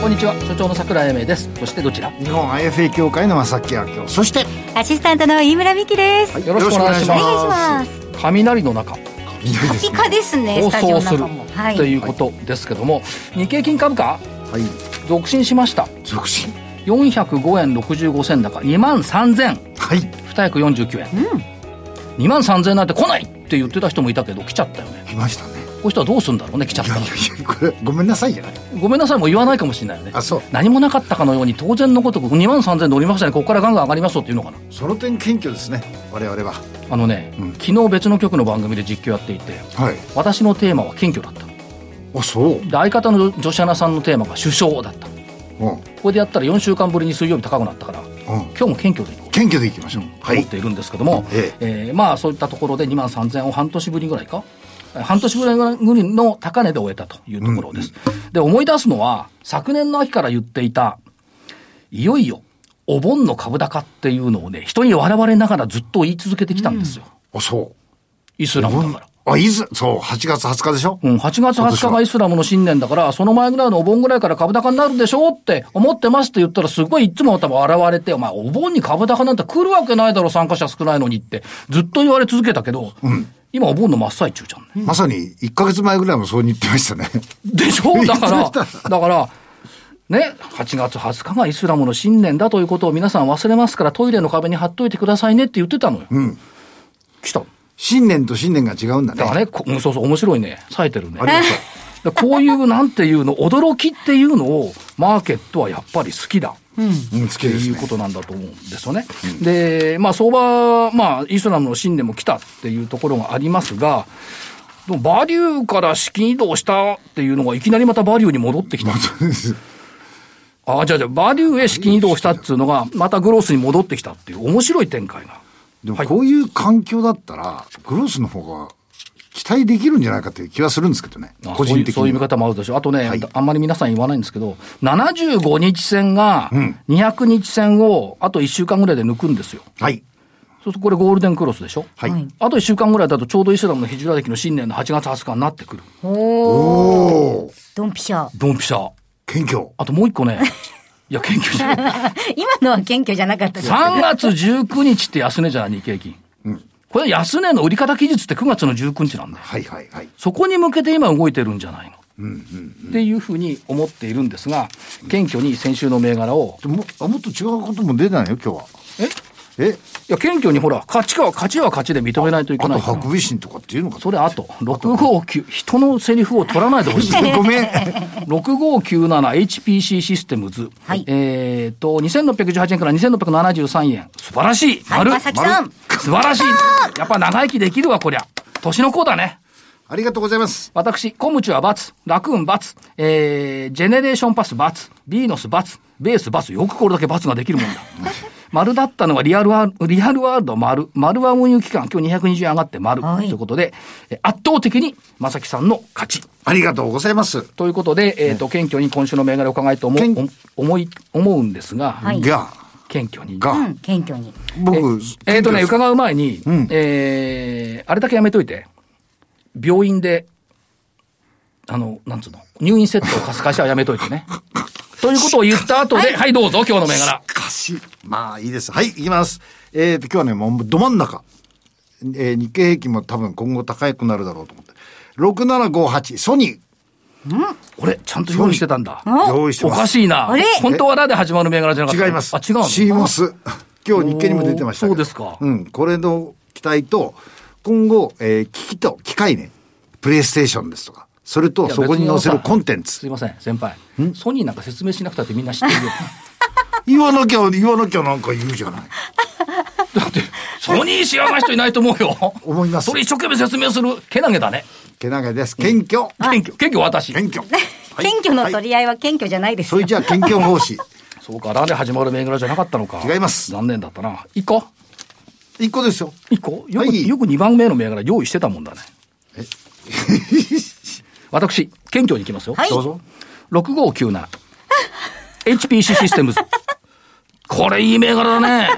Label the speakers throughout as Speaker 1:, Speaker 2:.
Speaker 1: こんにちは所長の桜井英明ですそしてどちら
Speaker 2: 日本 IFA 協会の正木明夫そして
Speaker 3: アシスタントの飯村美希です、
Speaker 1: よろしくお願いし
Speaker 3: お
Speaker 1: ま
Speaker 2: よろしくお
Speaker 3: 願いします
Speaker 1: す雷の中
Speaker 2: 緑
Speaker 3: カ
Speaker 2: で
Speaker 3: ピ
Speaker 2: すね
Speaker 3: カですね
Speaker 1: 放
Speaker 3: スタジオの
Speaker 1: 送す
Speaker 3: 中
Speaker 1: る
Speaker 3: もはい
Speaker 1: ということですけども日経金株価
Speaker 2: はい
Speaker 1: 続伸しました
Speaker 2: 促進
Speaker 1: 405円65銭高2万3000
Speaker 2: はい
Speaker 1: 二役49円、2万3000なんて来ないって言ってた人もいたけど来ちゃったよね
Speaker 2: 来ましたね
Speaker 1: こういう人はどうするんだろうね来ちゃっ
Speaker 2: い
Speaker 1: た
Speaker 2: や
Speaker 1: ら
Speaker 2: いやいやこれごめんなさ いじゃない
Speaker 1: ごめんなさいもう言わないかもしれないよね
Speaker 2: あそう
Speaker 1: 何もなかったかのように当然のごとく2万3000乗りましたねここからガンガン上がりますよっていうのかな
Speaker 2: その点謙虚ですね我々は
Speaker 1: あのね、
Speaker 2: うん
Speaker 1: 昨日別の局の番組で実況やっていて
Speaker 2: はい
Speaker 1: 私のテーマは謙虚だったの
Speaker 2: あそう
Speaker 1: で相方の女子アナさんのテーマが首相だったの
Speaker 2: うんうん
Speaker 1: これでやったら4週間ぶりに水曜日高くなったから今日も謙虚でいこう
Speaker 2: 謙虚でいきましょう
Speaker 1: と思っているんですけども、
Speaker 2: え
Speaker 1: えーまあそういったところで2万3000を半年ぶりぐらいかえー半年ぶりぐらいの高値で終えたというところです、で思い出すのは昨年の秋から言っていたいよいよお盆の株高っていうのをね人に笑われながらずっと言い続けてきたんですよ、
Speaker 2: あそ
Speaker 1: イスラ
Speaker 2: う
Speaker 1: ムだから。
Speaker 2: あいずそう8月20日でしょ
Speaker 1: うん、8月20日がイスラムの新年だから、その前ぐらいのお盆ぐらいから株高になるでしょうって思ってますって言ったら、すごいいつも多分現れて、お前、お盆に株高なんて来るわけないだろ、参加者少ないのにって、ずっと言われ続けたけど、今お盆の真っ最中じゃんね。
Speaker 2: まさに1ヶ月前ぐらいもそう言ってましたね
Speaker 1: でしょだか
Speaker 2: 言
Speaker 1: ら、
Speaker 2: ってま
Speaker 1: だから、ね、8月20日がイスラムの新年だということを皆さん忘れますから、トイレの壁に貼っといてくださいねって言ってたのよ。
Speaker 2: ん
Speaker 1: 来た。
Speaker 2: 新年と新年が違うんだね
Speaker 1: だからね、こうんそうそう、面白いね。冴えてるね。
Speaker 2: ありがとう
Speaker 1: でこういうなんていうの、驚きっていうのを、マーケットはやっぱり好きだ。
Speaker 2: うんつ
Speaker 1: って
Speaker 2: けです
Speaker 1: いう
Speaker 2: ね
Speaker 1: ことなんだと思うんですよね。で、まあ相場、まあイスラムの信念も来たっていうところがありますが、でもバリューから資金移動したっていうのがいきなりまたバリューに戻ってきた。あ、じゃあじゃあバリューへ資金移動したっていうのが、またグロースに戻ってきたっていう面白い展開が。
Speaker 2: でもこういう環境だったら、グロスの方が期待できるんじゃないかという気はするんですけどね
Speaker 1: あ。
Speaker 2: 個人的
Speaker 1: そういうそういう見
Speaker 2: には。
Speaker 1: 方もあるでしょ。あとね、
Speaker 2: はい
Speaker 1: あんまり皆さん言わないんですけど、75日線が200日線をあと1週間ぐらいで抜くんですよ。
Speaker 2: はい。
Speaker 1: そうするとこれゴールデンクロスでしょ。
Speaker 2: はい。
Speaker 3: はい
Speaker 1: あと1週間ぐらいだとちょうどイスラムのヒジュラ歴の新年の8月20日になってくる。
Speaker 2: おー
Speaker 3: ドンピシャ
Speaker 1: ドンピシャ。
Speaker 2: 謙虚。
Speaker 1: あともう一個 ね。いや、研究者。
Speaker 3: 今のは謙虚じゃなかったです
Speaker 1: 3月19日って安値じゃない、日経金。これ安値の売り方期日って9月の19日なんだよ。
Speaker 2: はいはいはい。
Speaker 1: そこに向けて今動いてるんじゃないの。っていうふうに思っているんですが、謙虚に先週の銘柄を、
Speaker 2: でもあもっと違うことも出ないよ、今日は。
Speaker 1: え
Speaker 2: え
Speaker 1: いや、謙虚にほら、勝ちかは勝ちは勝ちで認めないといけ
Speaker 2: あ
Speaker 1: な
Speaker 2: と、
Speaker 1: いから。
Speaker 2: ハクビシンとかっていうのかと
Speaker 1: それあと、659、人のセリフを取らないでほしい。
Speaker 2: ごめん。
Speaker 1: 6597HPC システムズ。
Speaker 3: はい
Speaker 1: えっ、と、2618円から2673円。素晴らしい。
Speaker 3: はい正木さん
Speaker 1: 丸素晴らしい。やっぱ長生きできるわ、こりゃ。年の子だね。
Speaker 2: ありがとうございます。
Speaker 1: 私、コムチュア×、ラクーン×、えー、ジェネレーションパス×、ビーノス×、ベース×、よくこれだけ×ができるも んだ。丸だったのはリアルワールド、リアルワールド丸。丸は運輸期間、今日220円上がって丸。
Speaker 3: はい
Speaker 1: ということで、え圧倒的に、まさきさんの勝ち。
Speaker 2: ありがとうございます。
Speaker 1: ということで、えっ、と、謙虚に今週の銘柄を伺いと思う
Speaker 2: 謙、
Speaker 1: お思い、思うんですが、
Speaker 3: はい
Speaker 2: が、
Speaker 1: 謙虚に。
Speaker 2: が、
Speaker 3: うん謙虚に
Speaker 2: 僕、
Speaker 1: えっ、とね、
Speaker 2: 謙虚です
Speaker 1: 伺う前に、
Speaker 2: ん
Speaker 1: えー、あれだけやめといて、病院で、あの、なんつうの、入院セットを貸す会社はやめといて ね。ということを言った後で、はい、どうぞ、今日の銘柄。
Speaker 2: しかし、まあいいです。はい、いきます。えっ、と、今日はね、もうど真ん中。えー日経平均も多分今後高くなるだろうと思って。6758、ソニー。
Speaker 1: 俺、ちゃんと用意してたんだ。
Speaker 3: お
Speaker 2: 用意して
Speaker 1: お
Speaker 2: ます。
Speaker 1: かしいな
Speaker 3: あれ。
Speaker 1: 本当はラで始まる銘柄じゃなかった。
Speaker 2: 違います。
Speaker 1: あ、違うの
Speaker 2: シーモス。今日日経にも出てましたけど
Speaker 1: おーそうですか
Speaker 2: うん。これの期待と、今後、えー機器と機械ね。プレイステーションですとか。それ
Speaker 1: い
Speaker 2: と
Speaker 1: や
Speaker 2: そこに載せるコンテン
Speaker 1: す
Speaker 2: ツ。
Speaker 1: いません、先輩。ソニーなんか説明しなくたってみんな知ってるよ。
Speaker 2: 言わなきゃ、言わなきゃなんか言うじゃない。
Speaker 1: だって、ソニー知らない人いないと思うよ。
Speaker 2: 思います
Speaker 1: それ一生懸命説明する、けなげだね。
Speaker 2: けなげです。謙虚。
Speaker 1: 謙虚、謙虚私。
Speaker 2: 謙虚。はい
Speaker 3: 謙虚の
Speaker 2: はい
Speaker 3: 取り合いは謙虚じゃないです
Speaker 2: そ
Speaker 3: よ
Speaker 2: れじゃあ、謙虚奉仕。
Speaker 1: そうか、ラで始まる銘柄じゃなかったのか。
Speaker 2: 違います
Speaker 1: 残念だったな。行こう。
Speaker 2: 一個ですよ。
Speaker 1: 一個よく、
Speaker 2: はい
Speaker 1: よく2番目の銘柄用意してたもんだね。 私、謙虚に行きますよ。
Speaker 4: はい
Speaker 2: どうぞ。
Speaker 1: 6597。HPC システムズ。これいい銘柄だね。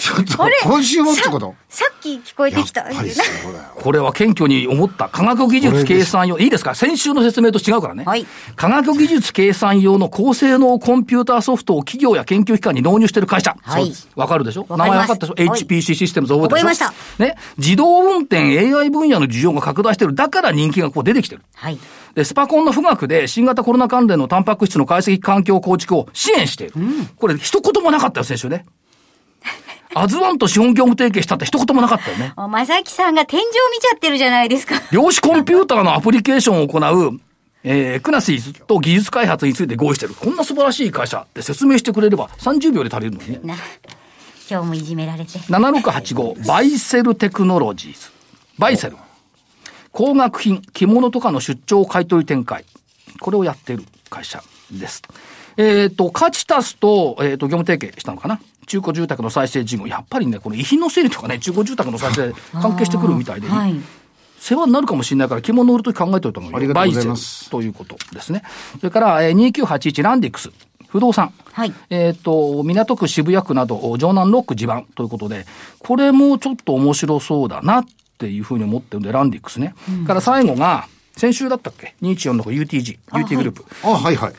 Speaker 2: ちょっと
Speaker 4: あれ、
Speaker 2: 今週もってこと
Speaker 4: ささっき聞こえてきた。
Speaker 2: やっぱりそうだよ。
Speaker 1: これは謙虚に思った。科学技術計算用。いいですか先週の説明と違うからね。
Speaker 4: はい
Speaker 1: 科学技術計算用の高性能コンピューターソフトを企業や研究機関に納入している会社。
Speaker 4: はい
Speaker 1: そうですわかるでしょ名
Speaker 4: わか
Speaker 1: 前
Speaker 4: りま
Speaker 1: わ
Speaker 4: す
Speaker 1: かったでしょ
Speaker 4: はい
Speaker 1: ?HPC システムズ覚えてるでしょ
Speaker 4: 覚
Speaker 1: ね。自動運転 AI 分野の需要が拡大してる。だから人気がこう出てきてる。
Speaker 4: はい。
Speaker 1: で、スパコンの富岳で新型コロナ関連のタンパク質の解析環境構築を支援している。これ一言もなかったよ、先週ね。アズワンと資本業務提携したって一言もなかったよね。
Speaker 4: おまさきさんが天井見ちゃってるじゃないですか。
Speaker 1: 量子コンピューターのアプリケーションを行う、えー、クナシーと技術開発について合意してる。こんな素晴らしい会社って説明してくれれば30秒で足りるのにね。
Speaker 4: な、今日もいじめられて。
Speaker 1: 7685、バイセルテクノロジーズ。バイセル。高額品、着物とかの出張買取展開。これをやっている会社です。えっ、と、カチタスと、えっ、と、業務提携したのかな。中古住宅の再生事業。やっぱりね、この遺品の整理とかね、中古住宅の再生関係してくるみたいで、
Speaker 4: はい。
Speaker 1: 世話になるかもしれないから着物売るとき考えておいた方が
Speaker 2: あ
Speaker 1: いい
Speaker 2: り
Speaker 1: よ。
Speaker 2: が
Speaker 1: バ
Speaker 2: とう
Speaker 1: イ
Speaker 2: ご
Speaker 1: セ
Speaker 2: ざい
Speaker 1: ル
Speaker 2: ます
Speaker 1: ということですね。それから、えー、2981ランディックス、不動産。
Speaker 4: はい
Speaker 1: えっ、と、港区渋谷区など、お城南ロック地盤ということで、これもちょっと面白そうだなっていうふうに思ってるんで、ランディックスね。から最後が、先週だったっけ ?214 の UTG、UT グループ。
Speaker 2: あ、はいはい。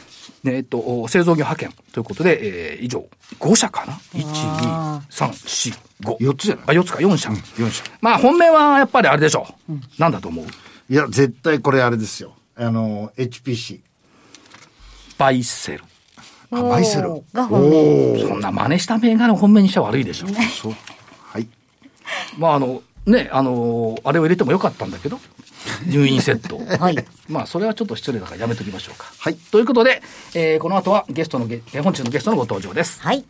Speaker 1: ねえっと、お製造業派遣ということで、えー以上、5社かな ?1、2、3、4、5。
Speaker 2: 四つじゃない
Speaker 1: あ、4つか、4社。
Speaker 2: 4社。
Speaker 1: まあ、本命はやっぱりあれでしょう。なんだと思う
Speaker 2: いや、絶対これあれですよ。あの、HPC。
Speaker 1: バイセル。
Speaker 2: あ、バイセル。
Speaker 4: が本命。
Speaker 1: そんな真似した銘柄を本命にしちゃ悪いでしょ。
Speaker 2: そう。はい。
Speaker 1: まああの、ね、あの、あれを入れてもよかったんだ けど、入院セットを。
Speaker 4: はい。
Speaker 1: まあそれはちょっと失礼だからやめときましょうか。
Speaker 2: はい
Speaker 1: ということで、えーこの後はゲストのげ、本日のゲストのご登場です。
Speaker 4: はい。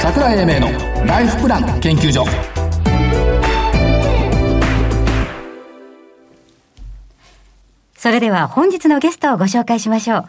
Speaker 5: 桜井英明のライフプラン研究所
Speaker 4: それでは本日のゲストをご紹介しましょう。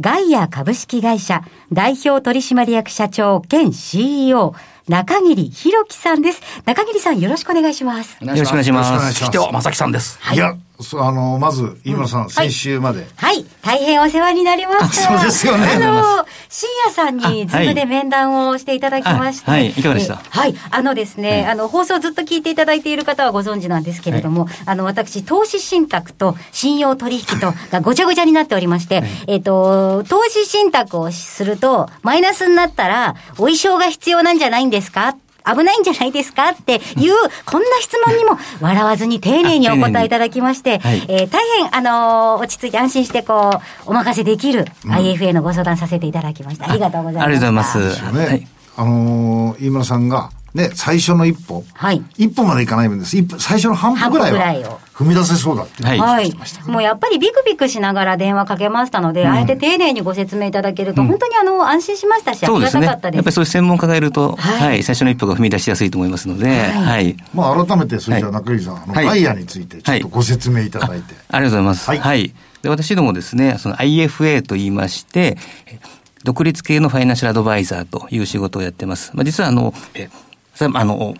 Speaker 4: ガイア株式会社代表取締役社長兼 CEO 中桐弘樹さんです。中桐さんよろしくお願いします。
Speaker 1: よ
Speaker 6: よろしくお願いし
Speaker 1: ま
Speaker 2: よろしくお
Speaker 6: ま
Speaker 2: 願い
Speaker 6: す。
Speaker 2: し
Speaker 1: そしては、正木さんです。
Speaker 2: いや、そうあの、まず、飯村さん、先週まで。
Speaker 4: はい、大変お世話になりました。
Speaker 2: あそうですよね
Speaker 4: あの、深夜さんにズ
Speaker 6: あ
Speaker 4: ー
Speaker 6: は
Speaker 4: ム
Speaker 6: い
Speaker 4: で面談をしていただきまして。
Speaker 6: あはいいかがでした
Speaker 4: えはい、あのですね、あの、放送ずっと聞いていただいている方はご存知なんですけれども、あの、私、投資信託と信用取引とがごちゃごちゃになっておりまして、えっと、投資信託をすると、マイナスになったら、お衣装が必要なんじゃないんですか危ないんじゃないですかっていう、こんな質問にも笑わずに丁寧にお答えいただきまして、
Speaker 6: はい
Speaker 4: えー大変、あのー落ち着いて安心して、こう、お任せできる IFA のご相談させていただきました。ありがとうございます。
Speaker 6: ありがとうございま。
Speaker 2: ですすよね。
Speaker 6: はい。
Speaker 2: あのー飯村さんが、ね、最初の一歩。
Speaker 4: はい
Speaker 2: 一歩までいかない分です。一歩、最初の半歩ぐらいは
Speaker 4: 半歩ぐらいを。
Speaker 2: 踏み出せそうだって。
Speaker 6: はい
Speaker 4: はい。もうやっぱりビクビクしながら電話かけましたので、あえて丁寧にご説明いただけると、本当にあの、安心しましたし、あ
Speaker 6: そう
Speaker 4: り
Speaker 6: で
Speaker 4: が
Speaker 6: す
Speaker 4: た
Speaker 6: ね。
Speaker 4: か
Speaker 6: や
Speaker 4: っ
Speaker 6: っぱ
Speaker 4: た
Speaker 6: り
Speaker 4: です。
Speaker 6: そういう専門家がいると、
Speaker 4: はい
Speaker 6: はい、最初の一歩が踏み出しやすいと思いますので、はい。
Speaker 2: まあ、改めて、それじゃ中桐さん、あの、
Speaker 6: はい
Speaker 2: ガイアについて、ちょっとご説明いただいて。
Speaker 6: ありがとうございます。
Speaker 2: は
Speaker 6: はいい。で私どもですね、その IFA と言いまして、え独立系のファイナンシャルアドバイザーという仕事をやってます。まあ、実はあの、えさあの、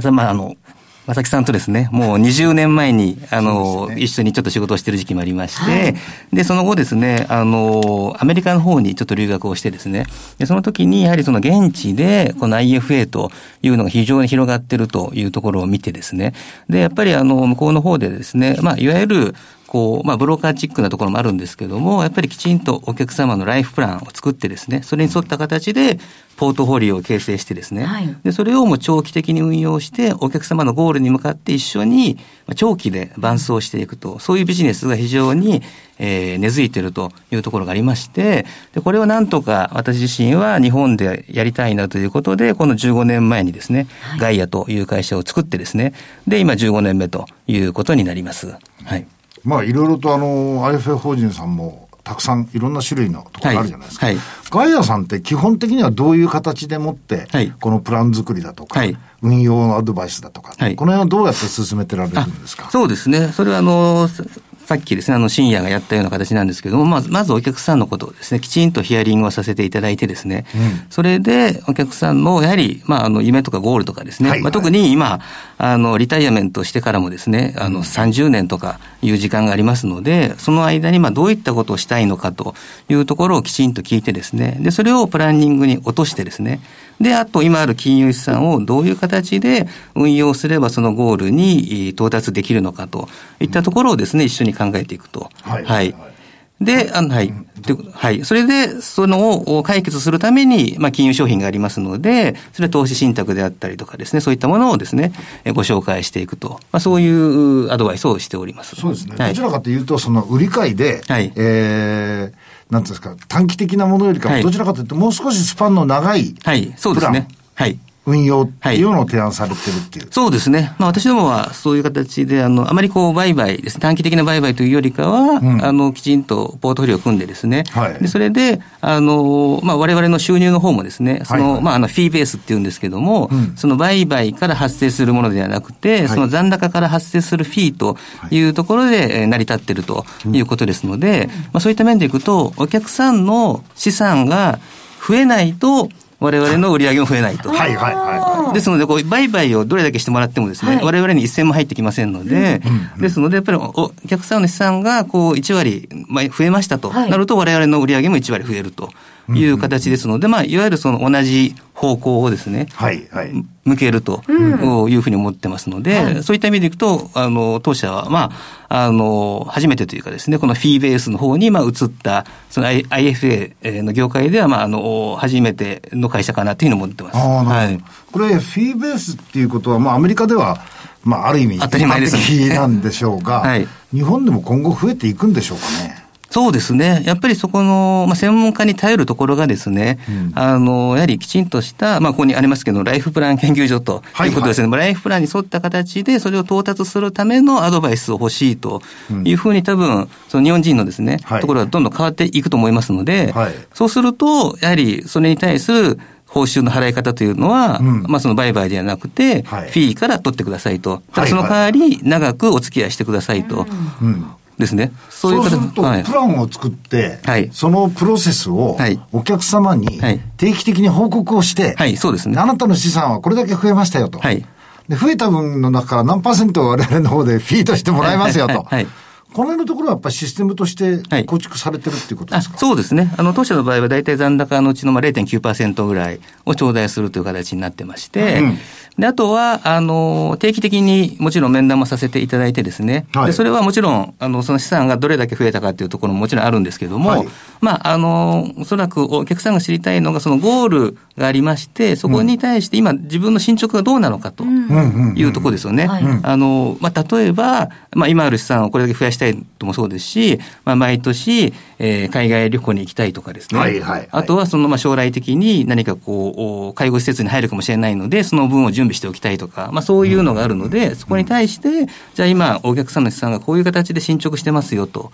Speaker 6: さまあ、あの、まさきさんとですね、もう20年前に、あ
Speaker 2: そう
Speaker 6: の、
Speaker 2: ですね
Speaker 6: 一緒にちょっと仕事をしてる時期もありまして、で、その後ですね、あの、アメリカの方にちょっと留学をしてですね、で、その時にやはりその現地で、この IFA というのが非常に広がってるというところを見てですね、で、やっぱりあの、向こうの方でですね、まあ、いわゆる、こう、まあ、ブローカーチックなところもあるんですけども、やっぱりきちんとお客様のライフプランを作ってですね、それに沿った形で、ポートフォリオを形成してですね、
Speaker 4: はい
Speaker 6: で、それをもう長期的に運用して、お客様のゴールに向かって一緒に、まあ長期で伴走していくと、そういうビジネスが非常に、えー根付いているというところがありまして、で、これをなんとか私自身は日本でやりたいなということで、この15年前にですね、ガイアという会社を作ってですね、で、今15年目ということになります。はい。
Speaker 2: まあ、いろいろと、あの、IFA 法人さんも、たくさんいろんな種類のところがあるじゃないですか。
Speaker 6: はいはい
Speaker 2: ガイアさんって基本的にはどういう形でもって、
Speaker 6: はい
Speaker 2: このプラン作りだとか、
Speaker 6: はい
Speaker 2: 運用のアドバイスだとか、
Speaker 6: はい
Speaker 2: この辺はどうやって進めてられるんですか
Speaker 6: そうですね。それはあの、ささっきですね、あの、深夜がやったような形なんですけども、まず、まずお客さんのことをですね、きちんとヒアリングをさせていただいてですね、それで、お客さんの、やはり、まあ、あの、夢とかゴールとかですね、
Speaker 2: はい
Speaker 6: まあ、特に今、あの、リタイアメントしてからもですね、あの、30年とかいう時間がありますので、その間に、まあ、どういったことをしたいのかというところをきちんと聞いてですね、で、それをプランニングに落としてですね、で、あと、今ある金融資産をどういう形で運用すれば、そのゴールにえー到達できるのかといったところをですね、一緒に考えていくと。
Speaker 2: はい
Speaker 6: で、あの、はい。ということはい。それで、そのを解決するために、まあ、金融商品がありますので、それは投資信託であったりとかですね、そういったものをですね、えご紹介していくと。まあ、そういうアドバイスをしております。
Speaker 2: そうですね。
Speaker 6: はい
Speaker 2: どちらかというと、その売り買いで、
Speaker 6: はい
Speaker 2: えー、なんていうんですか、短期的なものよりか
Speaker 6: は
Speaker 2: も、
Speaker 6: い
Speaker 2: どちらかというと、もう少しスパンの長い、
Speaker 6: はい。そうですね。はい。
Speaker 2: 運用っていうのを提案されてるっていう。
Speaker 6: そうですね。まあ私どもはそういう形で、あの、あまりこう、売買ですね。短期的な売買というよりかは、
Speaker 2: ん
Speaker 6: あの、きちんとポートフォリオを組んでですね。
Speaker 2: はい
Speaker 6: で、それで、あの、まあ我々の収入の方もですね、その、
Speaker 2: はいはい
Speaker 6: まああの、フィーベースっていうんですけども、その売買から発生するものではなくて、その残高から発生するフィーというところで、えー成り立っているということですので、まあそういった面でいくと、お客さんの資産が増えないと、我々の売り上げも増えないと。
Speaker 2: はいはいはいは
Speaker 6: ですので、こう、売買をどれだけしてもらってもですね、我々に一銭も入ってきませんので、ですので、やっぱりおお客さんの資産が、こう、1割、まあ、増えましたと
Speaker 4: はい
Speaker 6: なると、我々の売り上げも1割増えるという形ですので、まあ、いわゆるその同じ方向をですね、
Speaker 2: い。はいはい。
Speaker 6: 向けるというふうに思ってますので、そういった意味でいくと、あの、当社は、まあ、あの、初めてというかですね、このフィーベースの方に、まあ、移った、その I- IFA の業界では、まあ、あの、初めての会社かなというふうに思ってます。
Speaker 2: ああ、な
Speaker 6: は
Speaker 2: る
Speaker 6: い
Speaker 2: ほど。これ、フィーベースっていうことは、まあ、アメリカでは、まあ、ある意味、
Speaker 6: 当たり前ですね
Speaker 2: 一般的なんでしょうが、
Speaker 6: はい
Speaker 2: 日本でも今後増えていくんでしょうかね。
Speaker 6: そうですね。やっぱりそこの、まあ、専門家に頼るところがですね、あの、やはりきちんとした、まあ、ここにありますけど、ライフプラン研究所と
Speaker 2: はい
Speaker 6: いうことですね。まあライフプランに沿った形で、それを到達するためのアドバイスを欲しいというふうに、多分、その日本人のですね、
Speaker 2: はい
Speaker 6: ところがどんどん変わっていくと思いますので、
Speaker 2: はい
Speaker 6: そうすると、やはりそれに対する報酬の払い方というのは、
Speaker 2: ん
Speaker 6: まあその売買ではなくて、
Speaker 2: はい
Speaker 6: フィーから取ってくださいと。ただ
Speaker 2: はい
Speaker 6: そ
Speaker 2: はい
Speaker 6: の代わり、長くお付き合いしてくださいと。
Speaker 2: うん。
Speaker 6: ですね。
Speaker 2: そ
Speaker 6: そうういう形
Speaker 2: すると、プ
Speaker 6: はい
Speaker 2: ランを作って、
Speaker 6: はい
Speaker 2: そのプロセスを
Speaker 6: はい
Speaker 2: お客様に
Speaker 6: はい
Speaker 2: 定期的に報告をして、
Speaker 6: はいそうですね
Speaker 2: あなたの資産はこれだけ増えましたよと。
Speaker 6: はい
Speaker 2: で増えた分の中から何パーセントを我々の方で フィーとしてもらいますよと。
Speaker 6: はいはいはいはい
Speaker 2: この辺のところはやっぱりシステムとして
Speaker 6: はい
Speaker 2: 構築されてるっていうこと
Speaker 6: あ
Speaker 2: ですか、
Speaker 6: そうですね。あの、当社の場合は大体残高のうちのまあ0.9%ぐらいを頂戴するという形になってまして、で、あとは、あの、定期的にもちろん面談もさせていただいてですね、
Speaker 2: はい
Speaker 6: でそれはもちろん、あの、その資産がどれだけ増えたかっていうところももちろんあるんですけども、
Speaker 2: はい
Speaker 6: まあ、あの、おそらくお客さんが知りたいのが、そのゴールがありまして、そこに対して今自分の進捗がどうなのかというところですよね。
Speaker 4: はい
Speaker 6: あの、まあ、例えば、まあ、今ある資産をこれだけ増やしたいともそうですし、まあ、毎年、えー海外旅行に行きたいとかですね。
Speaker 2: はいはいはい
Speaker 6: あとは、その、まあ、将来的に何かこう、お介護施設に入るかもしれないので、その分を準備しておきたいとか、まあ、そういうのがあるので、そこに対して、じゃあ今、お客さんの資産がこういう形で進捗してますよと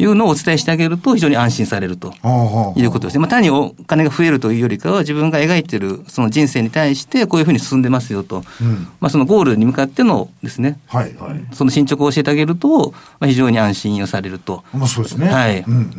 Speaker 6: いうのをお伝えしてあげると、非常に安心されると。
Speaker 2: ああ
Speaker 6: いうことですね。まあ、単にお金が増えるというよりかは、自分が描いてるその人生に対して、こういうふうに進んでますよと。まあ、そのゴールに向かってのですね、
Speaker 2: はいはい。
Speaker 6: その進捗を教えてあげると、まあ、非常に安心をされると。
Speaker 2: まあそうですね。
Speaker 6: はい
Speaker 2: うんうんうん。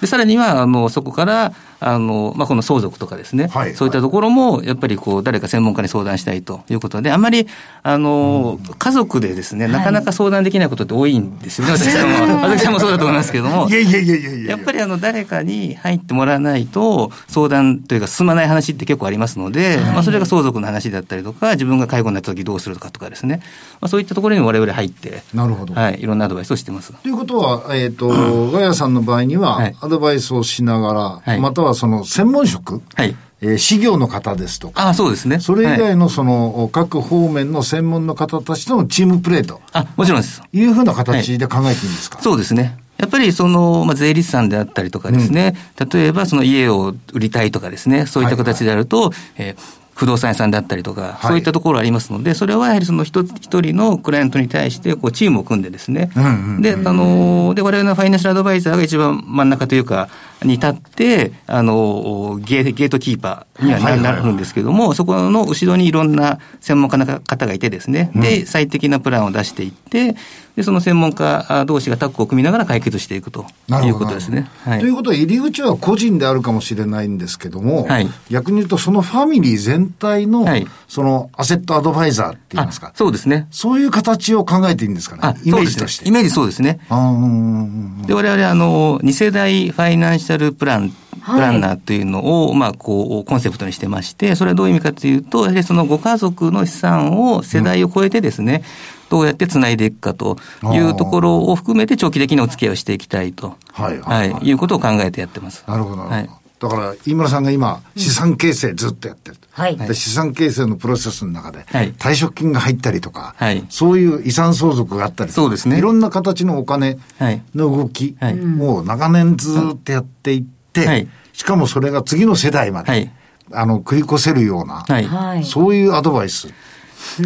Speaker 6: で、さらには、あの、そこから、あの、まあ、この相続とかですね、
Speaker 2: はい
Speaker 6: そういったところも、やっぱりこう、誰か専門家に相談したいということで、あんまり、あの、家族でですね、なかなか相談できないことって多いんで すよね、私はも、私はもそうだと思いますけども
Speaker 2: い。やいやいやいやいや
Speaker 6: やっぱりあの誰かに入ってもらわないと相談というか進まない話って結構ありますので、まあそれが相続の話だったりとか自分が介護になった時どうするかとかですね、まあ、そういったところにも我々入って
Speaker 2: なるほど
Speaker 6: はい、いろんなアドバイスをしてます。
Speaker 2: ということは、えっ、と、ガヤさんの場合には、
Speaker 6: はい
Speaker 2: アドバイスをしながら、
Speaker 6: はい
Speaker 2: またはその専門職、
Speaker 6: はい
Speaker 2: えー、事業の方ですとか、
Speaker 6: ああそうですね
Speaker 2: それ以
Speaker 6: はい
Speaker 2: 外のその、各方面の専門の方たちとのチームプレーと
Speaker 6: あもちろんです
Speaker 2: いうふうな形で考えていいんですか、
Speaker 6: そうですね。やっぱりその、まあ、税理士さんであったりとかですね、例えばその家を売りたいとかですね、そういった形であると、えー不動産屋さんだったりとか、
Speaker 2: い
Speaker 6: そういったところありますので、それはやはりその一つ一人のクライアントに対して、こう、チームを組んでですね、
Speaker 2: んうんうん
Speaker 6: で、あのーで、我々のファイナンシャルアドバイザーが一番真ん中というか、に立って、あの、ゲーゲートキーパーには
Speaker 2: はいは
Speaker 6: ない
Speaker 2: はい
Speaker 6: なるんですけども、そこの後ろにいろんな専門家の方がいてですね、で、最適なプランを出していって、で、その専門家あ同士がタッグを組みながら解決していくと
Speaker 2: なる
Speaker 6: い
Speaker 2: ほ
Speaker 6: う
Speaker 2: ど
Speaker 6: ことですね。はい
Speaker 2: ということは入り口は個人であるかもしれないんですけども、
Speaker 6: はい
Speaker 2: 逆に言うとそのファミリー全体の、
Speaker 6: はい
Speaker 2: そのアセットアドバイザーって言います
Speaker 6: あ
Speaker 2: か、
Speaker 6: そうですね。
Speaker 2: そういう形を考えていいんですか
Speaker 6: あ
Speaker 2: ね、イメージとし
Speaker 6: そうですね
Speaker 2: て。
Speaker 6: イメージそうですね。
Speaker 2: あーうんうんうん
Speaker 6: で、我々、あの、2世代ファイナンシャルプラン、
Speaker 4: はい
Speaker 6: プランナーというのを、まあ、こう、コンセプトにしてまして、それはどういう意味かというと、やはりそのご家族の資産を世代を超えてですね、どうやってつないでいくかというところを含めて長期的にお付き合いをしていきたいと、
Speaker 2: はいはいはい
Speaker 6: い、うことを考えてやってます。
Speaker 2: なるほど、なる
Speaker 6: はい
Speaker 2: ほど。だから、飯村さんが今、資産形成ずっとやってる。
Speaker 4: はい
Speaker 2: で資産形成のプロセスの中で、
Speaker 6: はい
Speaker 2: 退職金が入ったりとか、
Speaker 6: はい
Speaker 2: そういう遺産相続があったりとか
Speaker 6: そうですね
Speaker 2: いろんな形のお金
Speaker 6: はい
Speaker 2: の動き
Speaker 6: はい
Speaker 2: もう長年ずっとやっていって、
Speaker 6: はい
Speaker 2: しかもそれが次の世代まで、
Speaker 6: はい
Speaker 2: あの、繰り越せるような、
Speaker 6: はい。
Speaker 4: はい。
Speaker 2: そういうアドバイス。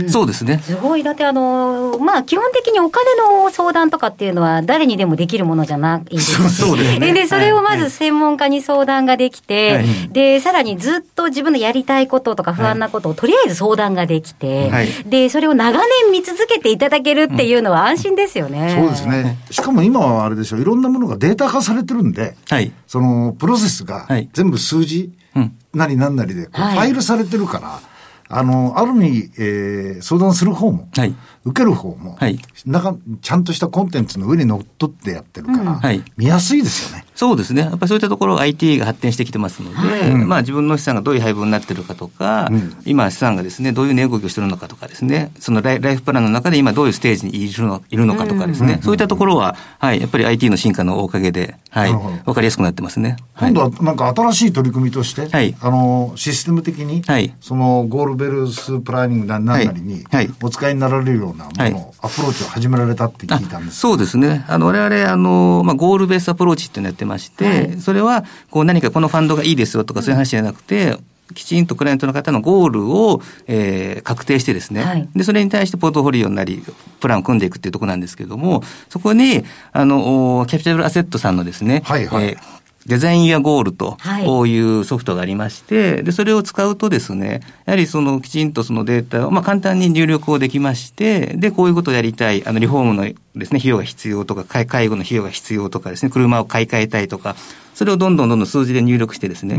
Speaker 6: そうですね。
Speaker 4: すごい。だってあの、まあ、基本的にお金の相談とかっていうのは誰にでもできるものじゃないですし。
Speaker 6: そうですね
Speaker 4: で、それをまず専門家に相談ができて、
Speaker 6: はい
Speaker 4: で、さらにずっと自分のやりたいこととか不安なことをとりあえず相談ができて、
Speaker 6: はい
Speaker 4: で、それを長年見続けていただけるっていうのは安心ですよね。
Speaker 2: そうです。ね。しかも今はあれでしょ、いろんなものがデータ化されてるんで、
Speaker 6: はい。
Speaker 2: そのプロセスが
Speaker 6: はい
Speaker 2: 全部数字
Speaker 6: うん
Speaker 2: なりなんなりでこうフ
Speaker 4: はい
Speaker 2: ァイルされてるから、あの、ある意味、えー相談する方も、
Speaker 6: はい
Speaker 2: 受ける方も、
Speaker 6: はい
Speaker 2: なんかちゃんとしたコンテンツの上に乗っ取ってやってるから、
Speaker 6: はい
Speaker 2: 見やすいですよね。
Speaker 6: そうですね。やっぱりそういったところ IT が発展してきてますので、まあ自分の資産がどういう配分になってるかとか、今資産がですね、どういう値動きをしてるのかとかですね、そのライライフプランの中で今どういうステージにいるのいるのかとかですね、そういったところは、はい、やっぱり IT の進化のおかげで、はい、
Speaker 2: なるほど
Speaker 6: わかりやすくなってますね。はい
Speaker 2: 今度はなんか新しい取り組みとして、
Speaker 6: はい
Speaker 2: あの、システム的に、
Speaker 6: はい
Speaker 2: そのゴールベルスプランニングななんなりに、
Speaker 6: はいはい
Speaker 2: お使いになられるようなもの、
Speaker 6: はい
Speaker 2: をアプローチを始められたって聞いたん
Speaker 6: あ
Speaker 2: です。
Speaker 6: そうですね。あの、我々、あの、まあ、ゴールベースアプローチっていうのをやってまして、それは、こう、何かこのファンドがいいですよとか、そういう話じゃなくて、きちんとクライアントの方のゴールを、えー確定してですね、
Speaker 4: はい
Speaker 6: で、それに対してポートフォリオになり、プランを組んでいくっていうところなんですけれども、そこに、あの、おキャピタルアセットさんのですね、
Speaker 2: はいはい
Speaker 6: ーデザインやゴールと、
Speaker 4: はい
Speaker 6: こういうソフトがありまして、で、それを使うとですね、やはりそのきちんとそのデータを、まあ簡単に入力をできまして、で、こういうことをやりたい、あの、リフォームのですね、費用が必要とか、介介護の費用が必要とかですね、車を買い替えたいとか、それをどんどんどんどん数字で入力してですね、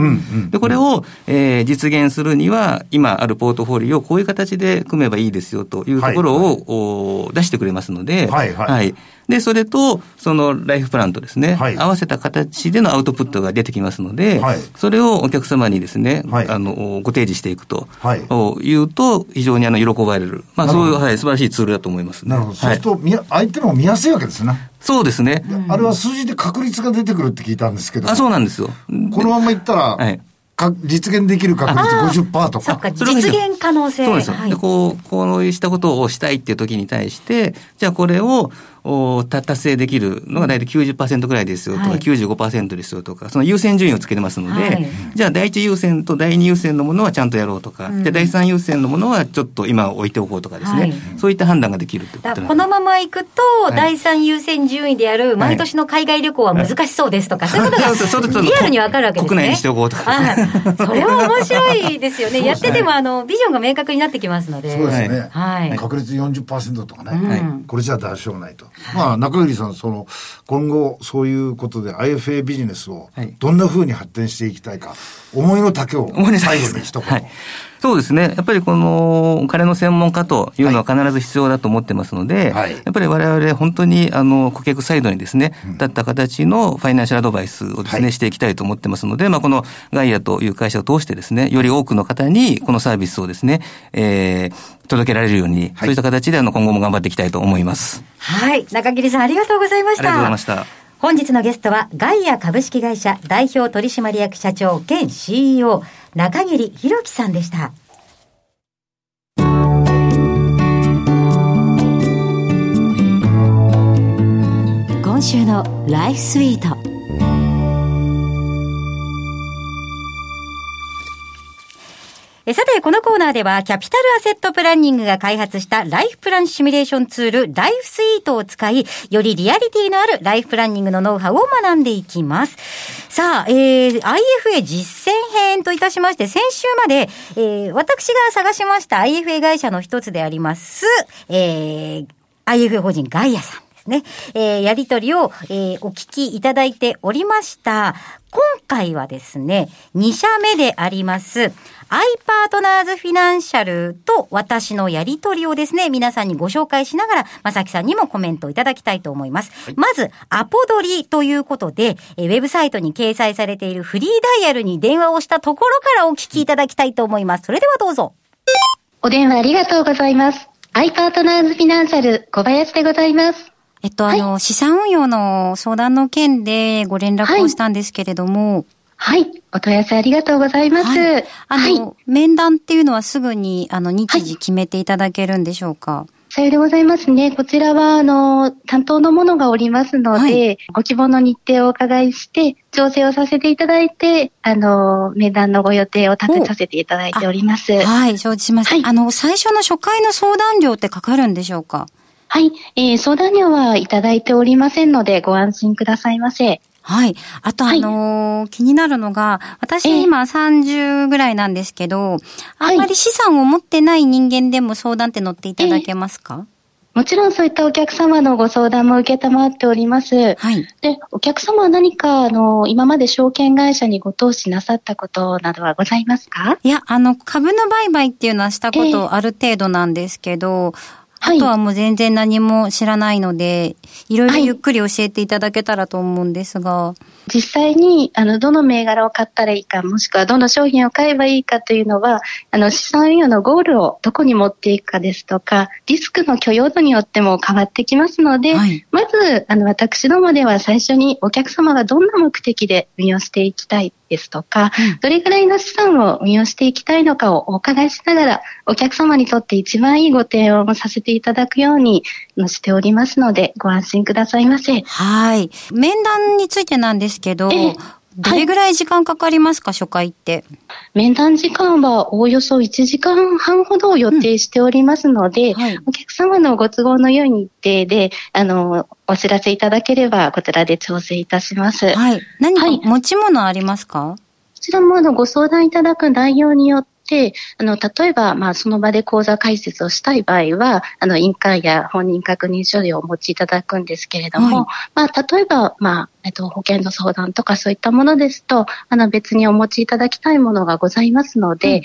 Speaker 6: で、これを、えー実現するには、今あるポートフォリオをこういう形で組めばいいですよというところを、お出してくれますので、
Speaker 2: はいはい
Speaker 6: で、それと、そのライフプランとですね、
Speaker 2: はい
Speaker 6: 合わせた形でのアウトプットが出てきますので、
Speaker 2: はい
Speaker 6: それをお客様にですね、
Speaker 2: はい
Speaker 6: あのご提示していくと、
Speaker 2: はい
Speaker 6: いうと、非常にあの喜ばれる、まあ、
Speaker 2: なる
Speaker 6: そ
Speaker 2: ほ
Speaker 6: う
Speaker 2: ど
Speaker 6: いう、はい、素晴らしいツールだと思います、ね。
Speaker 2: なるほど。そう
Speaker 6: は
Speaker 2: する、
Speaker 6: い
Speaker 2: と、見や相手のも見やすいわけですね。
Speaker 6: そうですね。
Speaker 2: あれは数字で確率が出てくるって聞いたんですけど、
Speaker 6: あそうなんですよ。
Speaker 2: このままいったら、
Speaker 6: はい
Speaker 2: か実現できる確率50%と
Speaker 4: そっか、。
Speaker 2: か
Speaker 6: それは
Speaker 4: 実現可能性。
Speaker 6: そうなんですよ。
Speaker 4: はい
Speaker 6: で、こう、こうしたことをしたいっていう時に対して、じゃあこれを、おた達成できるのが大体90%ぐらいですよとか、
Speaker 4: はい
Speaker 6: 95%ですよとか、その優先順位をつけてますので、
Speaker 4: はい
Speaker 6: じゃあ第一優先と第二優先のものはちゃんとやろうとか、で第三優先のものはちょっと今置いておこうとかですね、
Speaker 4: はい
Speaker 6: そういった判断ができるってこ
Speaker 4: だ
Speaker 6: となん
Speaker 4: から
Speaker 6: です
Speaker 4: このまま行くと、
Speaker 6: い
Speaker 4: 第三優先順位でやる、毎年の海外旅行は難しそうですとか、そういうことが
Speaker 6: そうそうそうそうそう
Speaker 4: リアルに分かるわけですね。
Speaker 6: 国内にしておこうとか
Speaker 4: はいそれは面白いです よね。やってても、あの、ビジョンが明確になってきますので。
Speaker 2: そうですね。
Speaker 4: はい。
Speaker 2: 確率40%とかね。
Speaker 6: はい
Speaker 2: これじゃ出しようがないと。まあ、中桐さん、その、今後、そういうことで IFA ビジネスを
Speaker 6: はい、
Speaker 2: どんな風に発展していきたいか、思いの丈を
Speaker 6: 思い出した
Speaker 2: 最
Speaker 6: いで
Speaker 2: 後
Speaker 6: す
Speaker 2: に一言。
Speaker 6: はいそうですね。やっぱりこの、お金の専門家というのは必ず必要だと思ってますので、
Speaker 2: はい
Speaker 6: やっぱり我々本当に、あの、顧客サイドにですね、立った形のファイナンシャルアドバイスをですね、
Speaker 2: はい
Speaker 6: していきたいと思ってますので、まあ、このガイアという会社を通してですね、より多くの方にこのサービスをですね、えー、届けられるように、そういった形で、あの、今後も頑張っていきたいと思います。
Speaker 4: はい。中桐さん、ありがとうございました。
Speaker 6: ありがとうございました。
Speaker 4: 本日のゲストは、ガイア株式会社代表取締役社長兼 CEO、中桐弘樹さんでした。
Speaker 3: 今週のライフスイート
Speaker 4: ええさて、このコーナーでは、キャピタルアセットプランニングが開発したライフプランシミュレーションツール、ライフスイートを使い、よりリアリティのあるライフプランニングのノウハウを学んでいきます。さあ、えー、IFA 実践編といたしまして、先週まで、えー、私が探しました IFA 会社の一つであります、えー、IFA 法人ガイアさん。ですね、えー、やりとりを、えー、お聞きいただいておりました。今回はですね、2社目であります、アイパートナーズフィナンシャルと私のやりとりをですね、皆さんにご紹介しながら、まさきさんにもコメントをいただきたいと思います。まず、アポ取りということで、えーウェブサイトに掲載されているフリーダイヤルに電話をしたところからお聞きいただきたいと思います。それではどうぞ。
Speaker 7: お電話ありがとうございます。アイパートナーズフィナンシャル小林でございます。
Speaker 8: えっと、あの、資産運用の相談の件でご連絡をしたんですけれども、
Speaker 7: はい。お問い合わせありがとうございます。はい。
Speaker 8: あの、面談っていうのはすぐに、あの、日時決めていただけるんでしょうか、
Speaker 7: さようでございますね。こちらは、あの、担当の者がおりますので、
Speaker 8: はい
Speaker 7: ご希望の日程をお伺いして、調整をさせていただいて、あの、面談のご予定を立てさせていただいております。
Speaker 8: はい、承知しました。
Speaker 7: はい
Speaker 8: あの、最初の初回の相談料ってかかるんでしょうか
Speaker 7: はい。えー相談料はいただいておりませんので、ご安心くださいませ。
Speaker 8: はい。あと、あ
Speaker 7: はい
Speaker 8: のー気になるのが、
Speaker 7: え
Speaker 8: 私
Speaker 7: え
Speaker 8: 今30ぐらいなんですけど、あ
Speaker 7: はい
Speaker 8: んまり資産を持ってない人間でも相談って乗っていただけますか、
Speaker 7: もちろんそういったお客様のご相談も受けたまっております。
Speaker 8: はい。
Speaker 7: で、お客様は何か、あの、今まで証券会社にご投資なさったことなどはございますか
Speaker 8: いや、あの、株の売買っていうのはしたことある程度なんですけど、
Speaker 7: はい
Speaker 8: あとはもう全然何も知らないので、いろいろ
Speaker 7: はい
Speaker 8: ゆっくり教えていただけたらと思うんですが、
Speaker 7: 実際に、あの、どの銘柄を買ったらいいか、もしくはどの商品を買えばいいかというのは、あの、資産運用のゴールをどこに持っていくかですとか、リスクの許容度によっても変わってきますので、
Speaker 8: はい
Speaker 7: まず、あの、私どもでは最初にお客様がどんな目的で運用していきたいですとか、どれぐらいの資産を運用していきたいのかをお伺いしながら、お客様にとって一番いいご提案をさせていただくようにあのしておりますので、ご安心くださいませ。
Speaker 8: はい。面談についてなんですけど、
Speaker 7: ええ
Speaker 8: どれぐらい時間かかりますか、初回って。
Speaker 7: 面談時間はおおよそ1時間半ほどを予定しておりますので、
Speaker 8: んはい
Speaker 7: お客様のご都合の良い日程で、あの、お知らせいただければ、こちらで調整いたします。こ
Speaker 8: はい。何か
Speaker 7: はい
Speaker 8: 持ち物ありますか、
Speaker 7: ちらも、あの、ご相談いただく内容によって、あの、例えば、まあ、その場で講座開設をしたい場合は、あの、印鑑や本人確認書類をお持ちいただくんですけれども、まあ、例えば、まあ、えっと、保険の相談とかそういったものですと、あの、別にお持ちいただきたいものがございますので、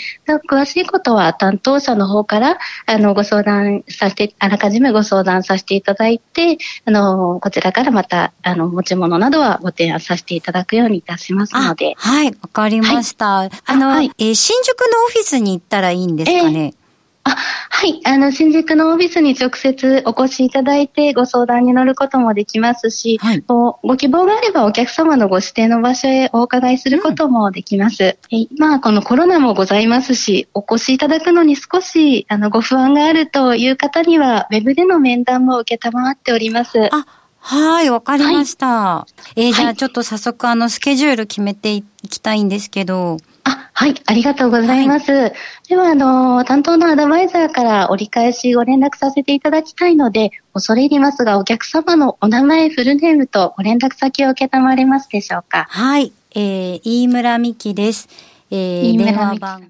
Speaker 7: 詳しいことは担当者の方から、あの、ご相談させて、あらかじめご相談させていただいて、あの、こちらからまた、あの、持ち物などはご提案させていただくようにいたしますの
Speaker 8: あ
Speaker 7: で、、
Speaker 8: はい、わかりました。あの、
Speaker 7: はい
Speaker 8: えー新宿のオフィスに行ったらいいんですかね、
Speaker 7: あ、はい。あの、新宿のオフィスに直接お越しいただいてご相談に乗ることもできますし、
Speaker 8: はい
Speaker 7: ごご希望があればお客様のご指定の場所へお伺いすることもできます。え今、このコロナもございますし、お越しいただくのに少しあのご不安があるという方には、ウェブでの面談も受けたまわっております。
Speaker 8: あ、はい、わかりました。えーじゃ
Speaker 7: は
Speaker 8: あちょっと早速あの、スケジュール決めていきたいんですけど、
Speaker 7: あ、はい、ありがとうございます。では、あの、担当のアドバイザーから折り返しご連絡させていただきたいので、恐れ入りますが、お客様のお名前、フルネームとご連絡先を受けたまれますでしょうか。
Speaker 8: はい、えー、飯村美希です。えー、
Speaker 7: 飯村美
Speaker 8: 電
Speaker 7: 希
Speaker 8: 話番。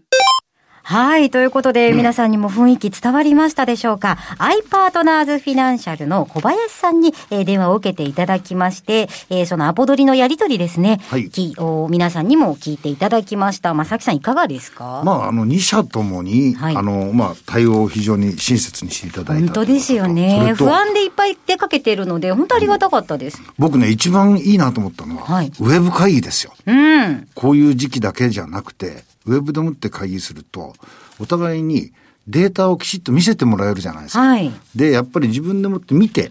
Speaker 4: はい。ということで、皆さんにも雰囲気伝わりましたでしょうか。アイパートナーズフィナンシャルの小林さんに、えー電話を受けていただきまして、えーそのアポ取りのやりとりですね。
Speaker 2: はい
Speaker 4: きお皆さんにも聞いていただきました。まさきさんいかがですか、
Speaker 2: まあ、あの、2社ともに、
Speaker 4: はい
Speaker 2: あの、まあ、対応を非常に親切にしていただいた
Speaker 4: 本当ですよね。
Speaker 2: ということとそ
Speaker 4: 不
Speaker 2: れと
Speaker 4: 安でいっぱい出かけてるので、本当ありがたかったです。
Speaker 2: 僕ね、一番いいなと思ったのは、
Speaker 4: はい
Speaker 2: ウェブ会議ですよ。
Speaker 4: うん。
Speaker 2: こういう時期だけじゃなくて、ウェブでもって会議すると、お互いにデータをきちっと見せてもらえるじゃないですか。
Speaker 4: はい。
Speaker 2: で、やっぱり自分でもって見て、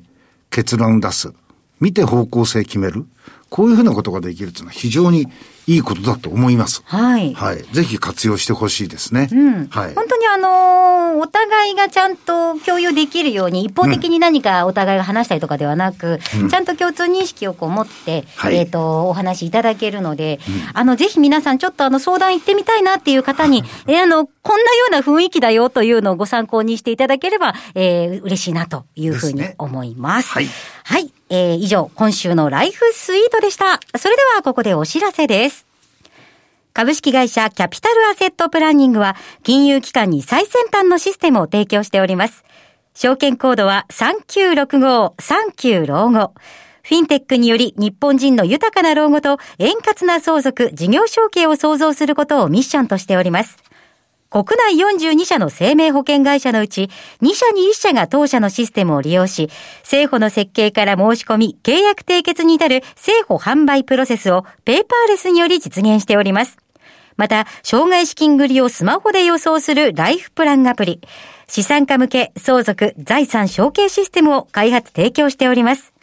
Speaker 2: 結論出す。見て方向性決める。こういうふうなことができるというのは非常にいいことだと思います。
Speaker 4: はい
Speaker 2: はい。ぜひ活用してほしいですね。
Speaker 4: うん
Speaker 2: はい。
Speaker 4: 本当にあのーお互いがちゃんと共有できるように、一方的に何かお互いが話したりとかではなく、ちゃんと共通認識をこう持って、
Speaker 2: はい
Speaker 4: えっ、と、お話しいただけるので、あの、ぜひ皆さんちょっとあの、相談行ってみたいなっていう方に、え、あの、こんなような雰囲気だよというのをご参考にしていただければ、えー嬉しいなというふうに
Speaker 2: ですね
Speaker 4: 思います。
Speaker 2: はい。
Speaker 4: はい。えー以上、今週のライフスイートでした。それでは、ここでお知らせです。株式会社キャピタルアセットプランニングは金融機関に最先端のシステムを提供しております。証券コードは3965、39老後。フィンテックにより日本人の豊かな老後と円滑な相続、事業承継を創造することをミッションとしております。国内42社の生命保険会社のうち、2社に1社が当社のシステムを利用し、政府の設計から申し込み、契約締結に至る政府販売プロセスをペーパーレスにより実現しております。また、障害資金繰りをスマホで予想するライフプランアプリ、資産家向け相続財産承継システムを開発提供しております。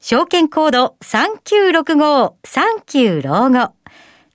Speaker 4: 証券コード3965、39老後。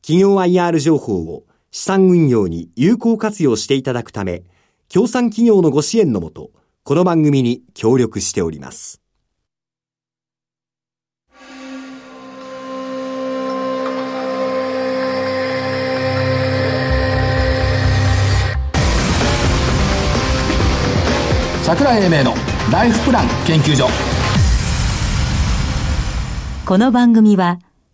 Speaker 9: 企業 IR 情報を資産運用に有効活用していただくため、協賛企業のご支援のもと、この番組に協力しております。
Speaker 5: 桜井英明のライフプラン研究所
Speaker 3: この番組は、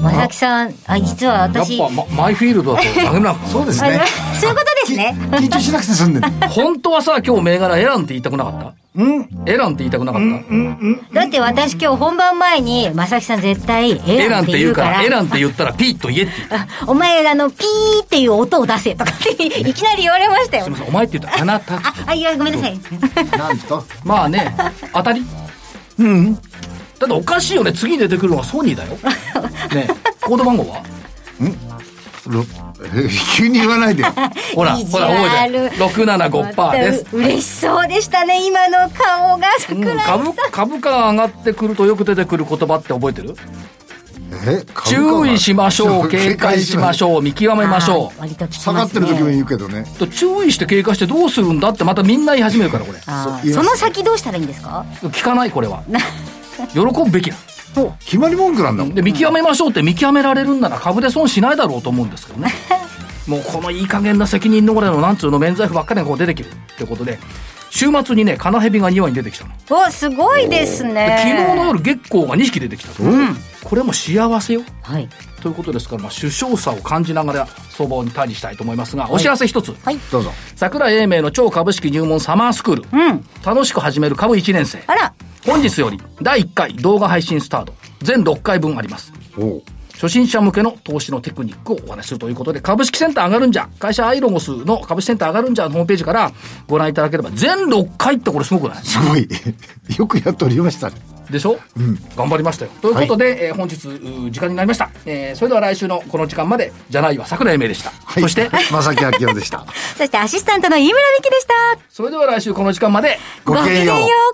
Speaker 4: 正木さん、あ、実は
Speaker 1: やっ
Speaker 4: 私、
Speaker 1: ぱ、ま、マイフィールドだと舐めなかっ
Speaker 2: そうです
Speaker 4: あ
Speaker 2: ね。
Speaker 4: そういうことですね。
Speaker 2: 緊張しなくて済んでる。
Speaker 1: た本当はさ今日銘柄エランって言いたくなかった
Speaker 2: うん。
Speaker 1: エランって言いたくなかった
Speaker 4: だって私今日本番前に、正木さん絶対、
Speaker 1: エ
Speaker 4: エ
Speaker 1: ラ
Speaker 4: ラ
Speaker 1: ン
Speaker 4: ン
Speaker 1: っ
Speaker 4: ってて
Speaker 1: 言
Speaker 4: 言
Speaker 1: う
Speaker 4: う
Speaker 1: か
Speaker 4: からら、
Speaker 1: エランって言ったらピーッと言えって言った
Speaker 4: お前、あの、ピーっていう音を出せとかって、いきなり言われましたよ
Speaker 1: すみ。ませんお前って言ったらあな た
Speaker 4: あ、あ、いや、ごめんなさい。
Speaker 2: なんと。
Speaker 1: まあね当たりうんだっておかしいよね次に出てくるのはソニ ーだよねコード番号は
Speaker 2: ろ急に言わないでよ。
Speaker 1: ほら
Speaker 4: 意地
Speaker 1: ほら覚え
Speaker 4: 悪
Speaker 1: て675%です
Speaker 4: また嬉しそうでしたね、今の顔が、
Speaker 1: うん
Speaker 4: 桜井さん。
Speaker 1: 株株価上がってくるとよく出てくる言葉って覚えてる
Speaker 2: え
Speaker 1: 注意しましょう警戒しまし
Speaker 2: う。
Speaker 1: ょう見極めましょ
Speaker 4: あー割と聞きます
Speaker 2: 下
Speaker 4: ね
Speaker 2: がってる時も言うけどね。
Speaker 1: うと注意して警戒してどうするんだってまたみんな言い始めるからこれ
Speaker 4: あ
Speaker 2: そう
Speaker 4: ーその先どうしたらいいんですか
Speaker 1: 聞かないこれは喜ぶべきだ
Speaker 2: 決まり文句なんだもん。
Speaker 1: で見極めましょうって見極められるんなら株で損しないだろうと思うんですけど ねもうこのいい加減な責任逃れのなんつうの免罪符ばっかりがこう出てきるってことで週末にねカナヘビが2羽に出てきたの、で
Speaker 4: お、すごいですね。
Speaker 1: 昨日の夜月光が2匹出てきたの、これも幸せよ
Speaker 4: はい。
Speaker 1: ということですから、まあ、首相差を感じながら相場に対峙したいと思いますが、お知らせ一つ、
Speaker 2: ど うぞ。
Speaker 1: 桜井英明の超株式入門サマースクール、
Speaker 4: うん。
Speaker 1: 楽しく始める株1年生
Speaker 4: あら、
Speaker 1: 本日より第1回動画配信スタート全6回分あります
Speaker 2: おう
Speaker 1: 初心者向けの投資のテクニックをお話しするということで、株式センター上がるんじゃ、会社アイロゴスの株式センター上がるんじゃのホームページからご覧いただければ、全6回ってこれすごくない
Speaker 2: すごい。 よくやっておりましたね。
Speaker 1: でしょ、頑張りましたよ。ということで、えー本日、うー時間になりました。えーそれでは来週のこの時間まで、じゃないは桜井明でした。
Speaker 2: はい
Speaker 1: そして、
Speaker 2: 正木明夫でした。
Speaker 4: そしてアシスタントの飯村美樹でした。
Speaker 1: それでは来週この時間まで、
Speaker 2: ごきげんよう。
Speaker 4: う。